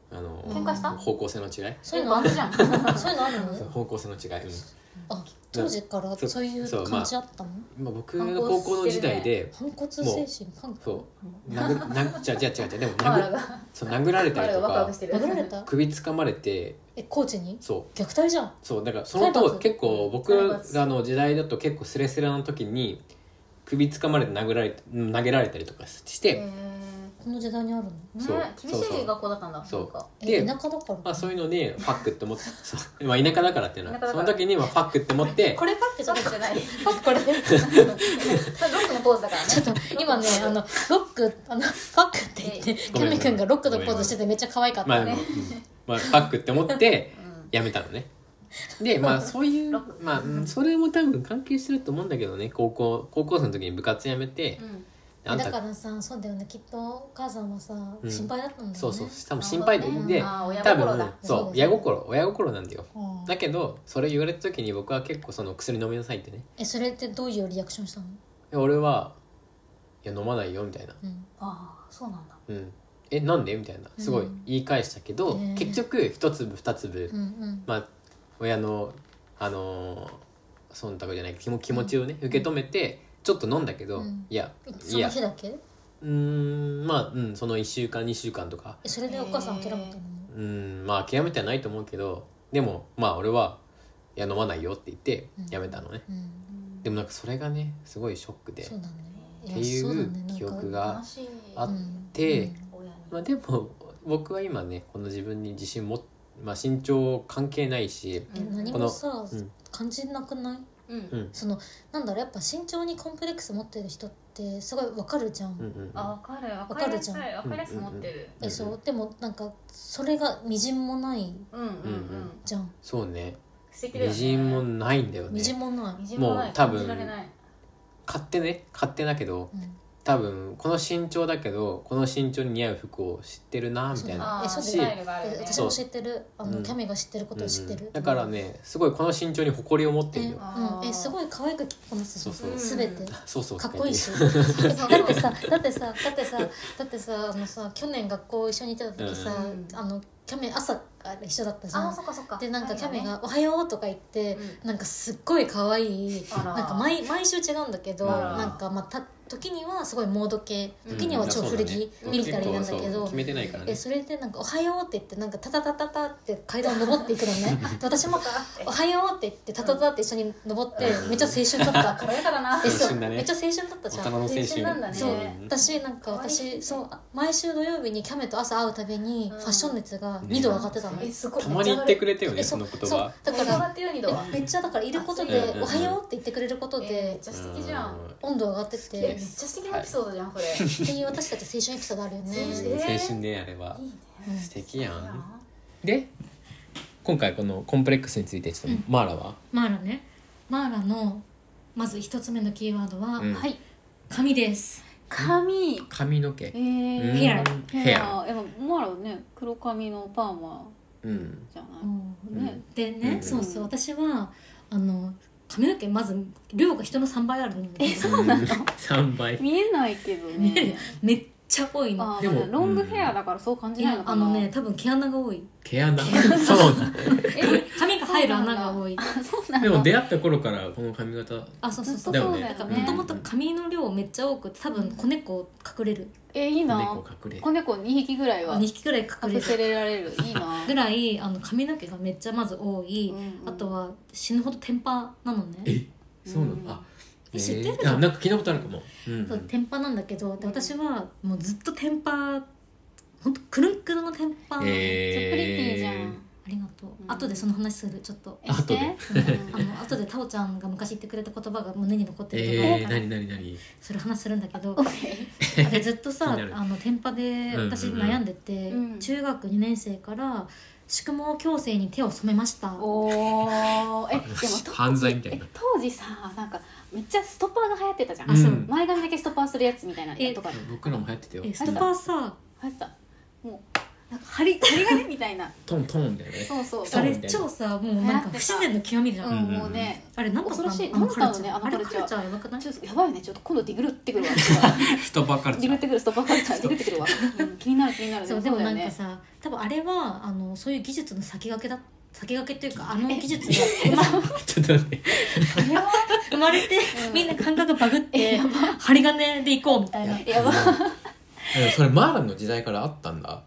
B: あの
E: 喧嘩した
B: 方向性の違い
A: そういうの
E: バ
A: あ
E: ン
A: る
E: ドじゃん
A: そういうのあるの
B: 方向性の違い、うん
A: あ当時から
B: そう
A: そういう
B: そう
A: 感じあったの
B: まあ、僕の高校の時代で
A: 反骨精神パンク
B: そう殴殴じゃあじゃあじゃあじゃあでも
E: マーラ
B: 殴
E: が
B: そう殴られ
E: マ
B: た
E: ー
B: り
E: ラが
B: と
E: ワクワ
B: か
E: クしてる
A: 殴られた
B: 首掴まれて
A: えコーチに
B: そう
A: 虐待じゃん
B: そうだからその当
A: 体罰
B: 結構僕らの時代だと結構スレスレの時に首掴まれて殴られてうん投げられたりとかして、
E: え
A: この時代にあるの
E: ー
B: そう
E: ね厳し
B: そうそう
E: い学校だったんだ
B: そう
E: なんか
A: え
B: で
A: 田舎だから
B: まあ、そういうのでファックって思ってそう、まあ、田舎だからっていうの
E: 田
B: は
E: 舎
B: そ
E: だか
B: の
E: ら
B: 時にまあファックって思って
A: これパッてち
E: そ
A: ょ
E: う
A: っ
E: じ
A: と
E: ゃない
A: パッてこれ
E: それロックのポーズだからね
A: ちょっと今ねあのロックあのファックって言ってキ
B: ごめ
A: ャ
B: ん
A: ミ君がロックのポーズしててめっちゃ可愛かった
B: まあで
A: ね
B: も、うんまあ、ファックって思って
E: うん
B: やめたのねでまあそういうまあうんそれも多分関係してると思うんだけどね高校高校生の時に部活辞めて、
E: うん
B: あん
A: だか
B: た
A: らさそうだよねきっとお母さんはさ
B: うん
A: 心配だったんだよね
B: そうそう多分心配で、
E: なるほどね
B: で
E: あー親
B: 多
E: 心
B: 分
E: だ
B: そう親心親心なんだよ
A: うん
B: だけどそれ言われた時に僕は結構その薬飲みなさいってね
A: えそれってどういうリアクションしたの
B: で俺はいや飲まないよみたいな、
A: うん
E: ああそうなんだ
B: うん、えなんでみたいなすごい
A: うん
B: 言い返したけど、
A: ねえ
B: 結局一粒二粒、
A: うんうん
B: まあ親のあのー忖度じゃない気も気持ちをね、受け止めてちょっと飲んだけど、
A: うん
B: いやい
A: その
B: や
A: 日だけ
B: うーんまあうんその1週間2週間とか
A: えそれでお母さん諦めたの
B: うんまあ諦めてはないと思うけどでもまあ俺はいや飲まないよって言ってやめたのね、
A: うん
B: ででもなんかそれがねすごいショックで
A: そうなんだよ
B: っ
A: い
B: て
A: や
B: い
A: そうだ
B: う
A: ねなん
B: 記
A: か
B: 憶が
E: 悲しい
B: あっ
A: う
B: て、
A: ん
E: 親に
B: まあ、でも僕は今ねこの自分に自信も、まあ、身長関係ないし、
A: でも何
B: こ
A: も
B: の
A: さ、
B: うん
A: 感じなくない
E: うん
B: うん
A: そのなんだろうやっぱ身長にコンプレックス持ってる人ってすごいわかるじゃん、
B: うんうんうん、
E: あ分かる
A: か
E: 分か
A: る
E: る
A: じゃん
E: 分かりやすい持ってる
A: でしょでもなんかそれがみじんもない
E: うんう
B: う
E: んう
B: ん
E: ん
A: じゃん
B: そうね
E: 素敵だよ
B: 微塵
E: ね
B: もないんだよ
A: み
B: ね
A: じんもない、
E: 微塵もな
B: も
E: いう
B: 多分
E: 感じられない
B: 買ってね買ってだけど
A: うん
B: 多分この身長だけどこの身長に似合う服を知ってるなみたいな
E: あ
A: えそ
E: ー
A: うだよ
E: スタイルがあるよ
A: で
E: ね
A: 私も知ってるあの、
B: うん
A: キャミが知ってることを知ってる、
B: うんうんだからねすごいこの身長に誇りを持ってるよ、
A: うん、えすご
E: い
A: い可愛く着こなすじゃん
B: そうそう
A: すべて
B: そうそう
A: かっこいいし
E: そう
A: だってさだってさだってさだってさあのさ去年学校一緒に行ってた時さ、
E: うん
A: あのキャメ朝から一緒だったじゃ
E: あー
A: ん
E: そっかそっか
A: でなんかキャメ
E: あ
A: が「おはよう」とか言って、
E: るよね
A: なんかすっごい可愛い
E: うんあら
A: なんか毎毎週違うんだけど
B: あら
A: なんかまあた時にはすごいモード系
E: うん
A: 時には超古着、
E: うん
A: ミリタリーなんだけ
B: 結構そう
A: ど
B: 決めてないからね
A: えそれでなんか「おはよう」って言ってなんかタタタタタって階段登っていくの ねで私も「おはよう」って言ってタタタって一緒に登って
B: うん
A: めっちゃ青春だった
E: 軽やかだな
A: え
B: 青
A: そう
B: 春だね
A: めっちゃ青春だった
B: 大
A: じ
B: 人
A: ゃん
B: の青春
E: 青春なんだね
B: そう
A: 私なんか
E: 可愛い
A: 私そう毎週土曜日にキャメと朝会うたびに
E: う
A: ファ
E: ん
A: ッション熱が2度上がってたの、
E: えすごい
B: たまに言ってくれたよ
A: え
B: ねその言
A: そう
B: 葉
A: だ
E: めっ
A: か
E: ちゃ上が
A: ら
E: ってる二度は
A: めっちゃだからいること
B: うん
A: で
B: うん
A: 「
B: うん
A: おはよう」って言ってくれること
E: えーめ
A: で
E: っちゃ素敵じゃん
B: う
A: 温度上がってって、
E: えめっちゃ素敵なエピソードじゃんこれい
A: っていう私たち青春エピソードあるよね。
E: 青
B: 青
E: えー
B: 春ねあれはい
E: ね
B: 素敵や
E: いいなん
B: で今回このコンプレックスについてちょっとマーラは
A: マーラね。マーラのまず一つ目のキーワードは、
B: うん
A: はい髪です。
C: 髪
B: 髪の毛
C: えー
B: うん
A: ヘア
B: ヘア
C: でもマラね黒髪のパーマ
B: うん
C: じゃない、
B: うん
C: ね
A: でね、
B: うん
A: そうそう私はあの髪の毛まず量が人の3倍あるので
C: えそうな の
B: 3倍
C: 見えないけど
A: 見える
C: ね
A: めっちゃ多いの。
C: あー
B: でも
C: まあロングヘアだからそう感
A: い
C: じない
A: や
C: のか
A: あ
C: な
A: のね多分毛穴が多い。
B: 毛穴 そうだ
A: え髪が入る穴が多い。
C: あそうなん
B: で
C: だ
B: も出会った頃からこの髪型
A: あそうそうそう。
B: だよね
A: なんか
B: だよ
A: も
B: ね
A: ともと髪の量めっちゃ多くて多分子猫隠れる、
C: えいいな
B: 猫隠れ
C: 子猫2匹ぐらいは
A: 2匹くらい隠れ
C: 隠
A: る
C: せられるいいな
A: ぐらいあの髪の毛がめっちゃまず多い、
C: うんうん
A: あとは死ぬほど天パなのね
B: えそうなのあ
A: え知ってる
B: えーあなんか聞いたことあるかもうんう
A: そう、
B: ん
A: 天パなんだけどで私はもうずっと天パほんとくるんくるんの天パ、
C: めっちゃプリティじゃ
B: え
C: ん
A: ありがとう、
C: うん
A: 後でその話するちょっ と
C: えしてうん
A: あの後でタオちゃんが昔言ってくれた言葉が胸に残ってるとか、
B: えー、なになになに
A: それ話するんだけど
C: OK
A: あれずっとさ
B: 気になる
A: あの天パで私
B: うんうんうん
A: 悩んでて、
C: うん
A: 中学2年生から宿毛矯正に手を染めました
C: おーえでも当時
B: 犯罪みたいにな
C: え当時さなんかめっちゃストッパーが流行ってたじゃん、
B: うん
C: そう前髪だけストッパーするやつみたいな
A: え
C: とか
B: 僕らも流行ってたよ
A: えストパーさ
C: 流行ってたもうなんか針針金みたいな
B: トントンだよね
C: そうそう
A: あ
B: そう
A: れ超さもうなんか不自然の極みじゃん、
C: うん、
B: うん
C: もうね
A: あれなんだったの
C: 恐ろしい
A: あの
C: なん
A: カ
C: だ
A: ル
C: った
A: チャ
C: のね
A: ーあ
C: あの
A: れ
C: カ
A: カ
C: ル
A: ル
C: チ
A: チャーやばくない
C: ちょっとやばいよねちょっと今度ディグルってくるわデ
B: ストバカル
C: ィグルってくるストッパーカルチャーディグってくるわ、うん、気になる気になる
A: そうでもなんか
C: ね
A: さ多分あれはあのそういう技術の先駆けだ先駆けっていうかあの技術が
B: ちょっと待って
C: そうだよね
A: 生まれて
C: うん
A: みんな感覚バグって
C: や
A: 針金で行こうみたいな
C: やば
B: うんそれマーラの時代からあったんだ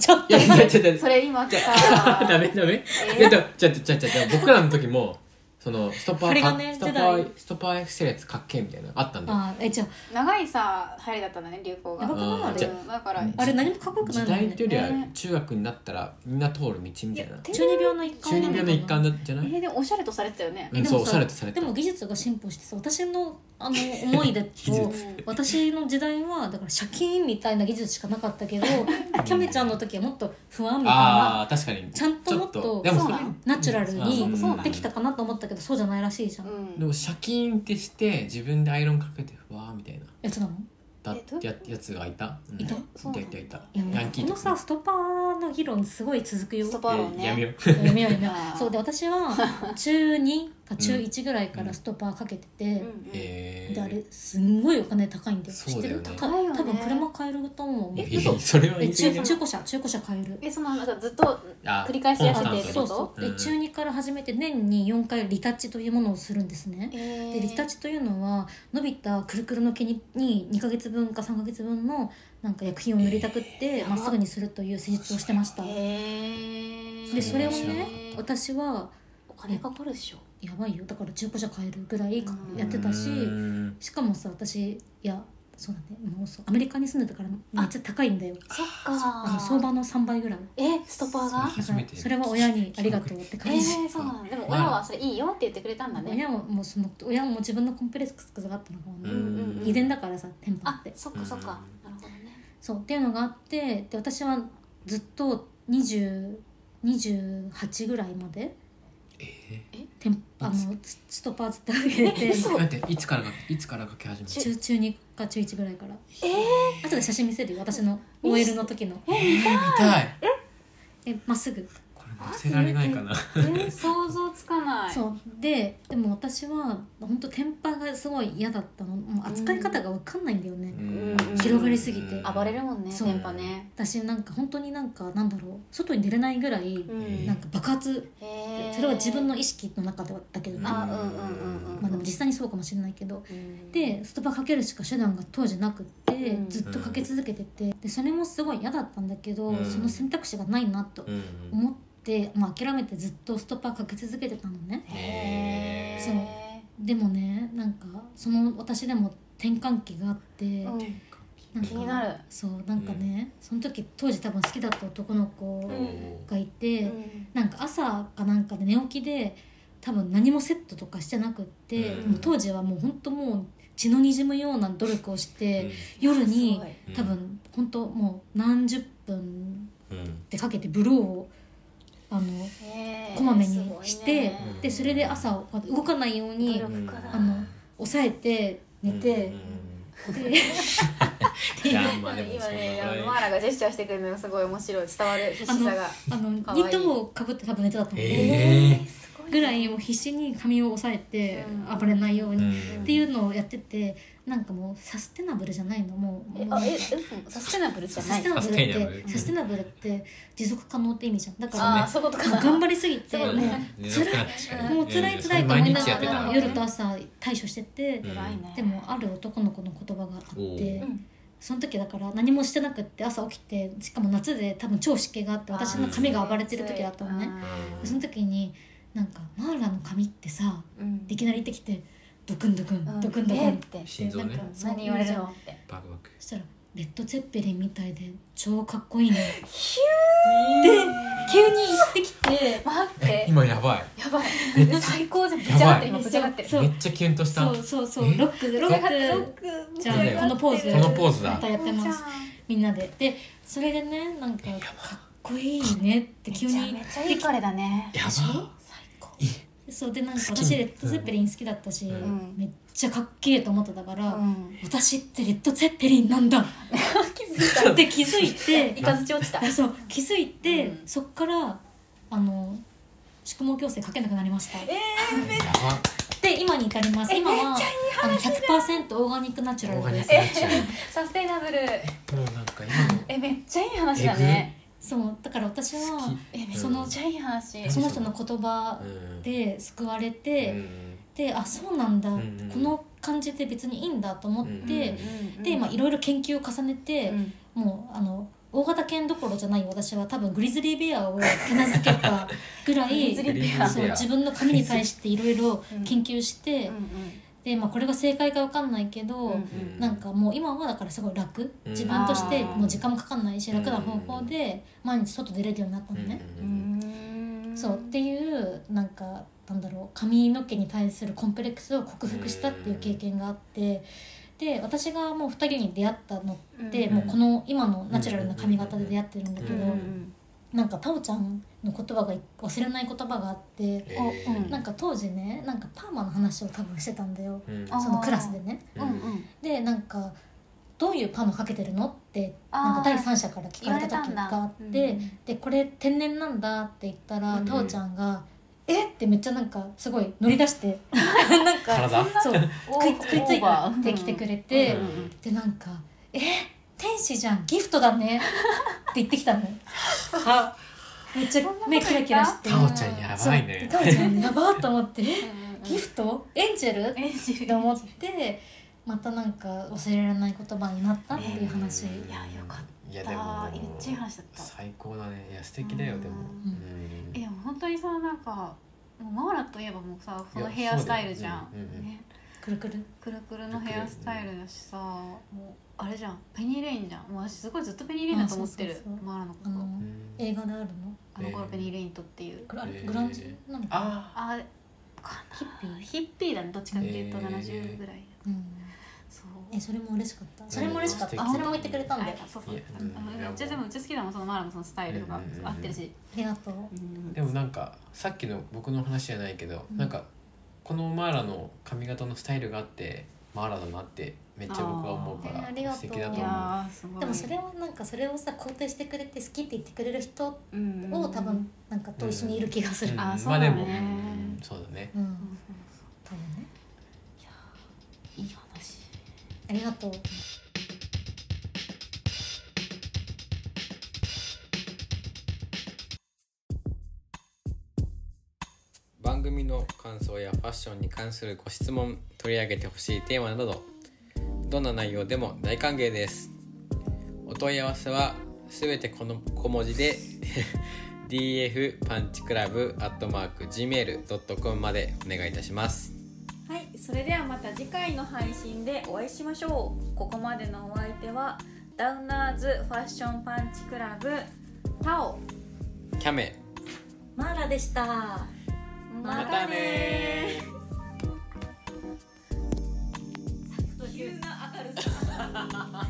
A: ちょっ
B: いやいやちょっと
C: それ今さ
B: ダメダメ
C: えー
B: いやでもじゃあじゃあじゃあじゃあ僕らの時もそのストッパ
A: あれ
B: ー
A: が
B: か
A: ね
B: ストッ
A: 世
B: パ
A: 代
B: ーストッパーエクセレツかっけえみたいなのあったんだよ
A: あえじゃ
C: 長いさ流行りだったんだね流行
A: やば
C: が
A: くない
B: あ
A: あ
B: ー
A: れ
B: じゃ
C: うんだから
A: あれ何もかっこよくない
B: 時
A: もん
B: 代
A: ね
B: っていうよりは
C: ね
B: 中学になったらみんな通る道みたいな
A: 中二病の一
B: 中
A: 環なの
B: 二
A: か
B: 病
A: な
B: の一環だじゃ
C: え
B: ない
C: ー、でもおしゃれとされてたよね
B: うん
A: で
B: そ
A: も
B: う
A: さ
B: されてされて
A: でも技術が進歩してさ私のあの思い出と
B: 技
C: うん
B: 術
A: 私の時代はだからシャキーンみたいな技術しかなかった けどキャメちゃんの時はもっと不安みたいな
B: あー確かに
A: ちゃんともっと
B: でもそれ
C: そうなの
A: ナチュラルに
B: うん
C: そうなの
A: できたかなと思ったけどそうじゃないらしいじゃん、
C: う
A: え
C: ん
B: でもシャキーンってして自分でアイロンかけてふわーみたいな
A: やつなの
B: だ
C: えどういう
B: ややつがいた、うん
A: いた
C: そうないの
B: たいた
A: いや
B: ヤ
A: なん
B: ン
A: か
B: キ
A: こ
B: ーと
A: の
B: か
A: さストパーの議論すごい続くよ
C: ストパー論
B: えやめよ
C: ね
B: う
A: やめようやめよ
C: あー
A: うそうで私は中2か中1ぐらいからストパーかけて
C: う
A: て
C: ん、うん
B: え
A: であれ
B: ー、
A: すんごいお金高いんだよ知
B: そ
A: っ
B: う
A: て
B: だよ
A: る
B: ね
A: 高
C: 高い
A: い
C: よね
A: 多分車買えると思う
C: え
A: 嘘
B: それは
A: え
B: 言い過
A: 中中
B: ぎだ
A: 古車中古車買える
C: えそのなんかずっと
B: あ
C: 繰り返しやってて
B: コンスタント
A: そう
B: に
C: って
A: そ
C: こ
A: うで
B: うん
A: 中2から始めて年に4回リタッチというものをするんですね
C: えー
A: でリタッチというのは伸びたくるくるの毛にに2ヶ月分か3ヶ月分のなんか薬品を塗りたくってまっすぐにするという施術をしてました
C: えー
A: でそれをね
B: 知らなかった
A: 私は
C: お金かかるでしょ
A: やばいよだから中古車買えるぐらいか
E: うん
A: やってたし、
G: うん
A: しかもさ私いやそうだねもうそうアメリカに住んでたからめっちゃ高いんだよ
C: そっ
A: あの
C: か
A: 相場の3倍ぐらい
C: えストッパー
G: そ
C: が
G: う
A: だから
G: 初めて
A: それは親にありがとうって
C: え
A: 感じ、
C: ー、そうなんだでも親はそれいいよって言ってくれたんだね
A: 親ももうその親も自分のコンプレックスがあったのかも
G: う
A: ね、
G: ん
C: うんうん
A: 遺伝だからさテンパ
C: あ
A: って
C: そっかそっか
G: う
C: なるほどね
A: そうっていうのがあってで私はずっと20 28ぐらいまで
G: え
A: テンあのスストッパーずっと上げて
C: え嘘
G: ー、待っていつからがいつからかけ始めた
A: 中中2か中1ぐらいから
C: え
A: 後で写真見せるよ私の OL の時の
G: えー、見たい
A: えまっすぐ
G: これ載せられないかな
C: 全然想像つかない
A: そうででも私は本当テンパがすごい嫌だったのもう扱い方が分かんないんだよね、
G: うん
A: 広がりすぎて
G: うん
C: 暴れるもんね
A: そう
C: 電波ね
A: 私なんか本当になんかなんだろう外に出れないぐらい
G: ん
A: なんか爆発
C: へー
A: それは自分の意識の中ではだけど
G: うん
A: な、
C: あうんうんうんうん
A: まあ、でも実際にそうかもしれないけど
C: うん
A: でストパかけるしか手段が当時なくって、
C: うん
A: ずっとかけ続けててでそれもすごい嫌だったんだけど、
G: うん
A: その選択肢がないなと
G: うん
A: 思って、まあ、諦めてずっとストッパーかけ続けてたのね
C: へー
A: そうでもねなんかその私でも転換期があって、
C: うん
A: んか
C: 気になる
A: そうなんかね、その時当時多分好きだった男の子がいて、
C: うん
A: なんか朝かなんかで寝起きで多分何もセットとかしてなくって、
G: うん
A: もう当時はもう本当もう血の滲むような努力をして、夜
C: す
A: に
C: ごい
A: 多分本当もう何十分
G: うん
A: ってかけてブローをあの
C: へー
A: こまめにして
C: すごいね
A: でそれで朝こうやって動かないように
C: 努力家だ
A: あの抑えて寝て、 で
G: いやまあでも
E: 今
G: そ
E: ねいや
G: の
E: マーラがジェスチャーしてくれるのがすごい面白い伝わる必死さが
A: あのニ
E: かわいい
A: ット帽をかぶって多分寝てたと思う、
G: え
A: ぐらいもう必死に髪を押さえて
E: うん
A: 暴れないよう
G: ーう
A: に、っ
G: ん
A: ていうのをやっててなんかもうサステナブルじゃないのもう
C: え
A: もう
C: あえうんサステナブルじ
A: サ
C: ゃな
A: ス
C: い
A: テナブル
G: サステナブル
A: ってサステナブルって持続可能って意味じゃんだから
E: ああそういうことか
A: 頑張りすぎて
E: そう
A: もう
G: ね
A: 辛い
G: 確かに
A: もう辛い辛いと思いな
G: 毎日や
A: が
G: ってた
A: ら
G: ら
A: 夜と朝対処してて、
G: うん
C: 偉いね
A: でもある男の子の言葉があっ
G: お
A: て
G: ー
C: うん
A: その時だから何もしてなくって朝起きてしかも夏で多分超湿気があって私の髪が暴れてる時だったのね
G: うん
A: その時になんかマーラの髪ってさ
C: うん
A: いきなりってきてドクンドクンドクンドク
C: えっ
A: ン
C: て
G: 心臓
A: なん
G: ね
A: か
C: 何言われるの
A: そ
C: って
G: バクバク
A: したらレッド・ツェッペリンみたいで超かっこいいね
C: 急に言ってきて
E: 待っ
G: え
E: て
G: 今やばい
E: やばい
G: めっち
E: 最高じゃんぶち上がってる
A: やば
E: 今
A: い
E: ぶち上がってる
A: そ
G: ゃ
A: う
G: めっちゃキュンとした
A: そ
G: こ
A: うそうそう
G: え
A: ロックロックじゃ
G: そうだよ
A: あこのポーズ
G: のポーズだ
A: またやってますみんなででそれでねなんかかっこいいねって急に
C: めっちゃいい彼だね
G: やば
A: そうでなんか
G: 好き
A: 私レッド・ツェッペリン好きだったし、
C: ん
A: めっちゃかっけえと思ってたか
C: う
A: ら、
C: ん
A: 私ってレッド・ツェッペリンなんだ
E: 気づいた
A: って気づいて
E: いかずち落ちた
A: あそう気づいて、
E: うん
A: そっからあの宿毛矯正かけなくなりました
G: や
A: で今に至ります今はあの100%オーガニックナチュ
G: ば
A: ラ
G: オーガ
A: ル
G: ニ
A: で
G: ッ
A: す
G: クナチュラル
E: サステイナブル
G: もうなんか今の
C: えめっちゃいい話だね
A: そうだから私は
G: 好
C: えめっ
A: その
C: ちゃいい話
G: き
A: その人の言葉
G: うん
A: で救われて、
G: うん
A: であそうなんだ、
G: うんうん
A: この感じで別にいいんだと思って、
G: うん
A: でまあいろいろ研究を重ねて、
C: うん
A: もうあの大型犬どころじゃない私は多分グリズリーベアを手なずけたぐらい
C: グリズリーベア
A: そう自分の髪に対していろいろ研究して、
C: うん
A: で、まあ、これが正解かわかんないけど、
C: うんうん
G: うん
A: なんかもう今はだからすごい楽
G: うん
A: 自分として
C: あー
A: もう時間もかかんないし楽な方法で毎日外出れるようになったのね。
G: う
C: うんん
A: そうっていうなんかなんだろう髪の毛に対するコンプレックスを克服したっていう経験があってで私がもう2人に出会ったのって、
G: うん
A: もうこの今のナチュラルな髪型で出会ってるんだけど、
G: うん
A: なんかタオちゃんの言葉が忘れない言葉があって
G: え
C: お
G: ー
C: うん
A: なんか当時ねなんかパーマの話を多分してたんだよ
G: うん
C: あ
A: そのクラスでね。
C: うんうん
A: でなんかどういうパーマかけてるのって
C: あー
A: なんか第三者から聞かれた時
C: 言われたんだ
A: があって、でこれ天然なんだって言ったら、
G: うん
A: タオちゃんが「えっ?」てめっちゃなんかすごい乗り出してなんか
G: 体
A: そう 食い食いついてきてくれて、
G: うん
A: でなんか「え天使じゃんギフトだね」って言ってきたのあめっちゃ目キラキラして
G: タオちゃんやばい
A: そうで
G: ね
A: タオちゃんやばーと思って「えギフトエンジェル?」
E: エンジ
A: って思ってまたなんか忘れられない言葉になったっていう話、
G: いやよかったいやで
C: あ
G: も
C: ーめっちゃいい話だった
G: 最高だねいや素敵だよでも
C: うん
G: うん
C: え本当にさなんかもうマーラといえばもうさその
H: いや
C: ヘアスタイルじゃん、
H: そうだよねうんうん
C: ね
A: くるくる
C: くるくるのヘアスタイルだしさもうあれじゃんペニー・レインじゃんもう私すごいずっとペニー・レインだと思ってる
A: あそうそうそう
C: マーラのこ
A: あ
C: と、
A: の
H: うん
A: 映画であるの
C: あの頃
H: えー
C: ペニー・レインとっていう
A: これあれ
H: えー
A: グランジなのかな
H: あ
C: あかなヒッピーヒッピーだねどっちかっていうと
H: えー
C: 70ぐらい、
A: うん
C: そう
A: えそれも嬉しかったそれも嬉しかっ
H: え
A: た
H: ー
A: あそれも言ってくれたん
C: あ
A: で
C: やっぱそうそう
H: いやうん
C: あの
H: いや
C: めっちゃでもうち好きだもんそのマーラのそのスタイルとか
H: うんうんうん
C: 合ってるし、
A: ありがとう
C: うん
H: でもなんかさっきの僕の話じゃないけど、
A: うん
H: なんかこのマーラの髪型のスタイルがあってマーラだなってめっちゃ僕は思うか
A: あーえーありが
H: ら
A: と
H: 素
A: う
H: 敵だと
C: い
H: 思う。
C: やーすごい
A: でもそれはなんかそれをさ肯定してくれて好きって言ってくれる人を
C: うんうん
A: 多分なんかと一緒にいる気がする
H: うん
C: あーそう
H: まあ
C: だ
H: で
C: ね
H: も、うんうんそうだね。
A: うん、
C: そうそう
A: 多分ね
C: そういい話
A: ありがとう
B: 番組の感想やファッションに関するご質問取り上げてほしいテーマなどどんな内容でも大歓迎ですお問い合わせはすべてこの小文字で df パンチクラブアットマーク gmail.com までお願いいたします
I: はい、それではまた次回の配信でお会いしましょう。ここまでのお相手はダウナーズファッションパンチクラブタオ。
B: キャメ
A: マーラでした
I: ま
B: たね
I: 急な明るさ。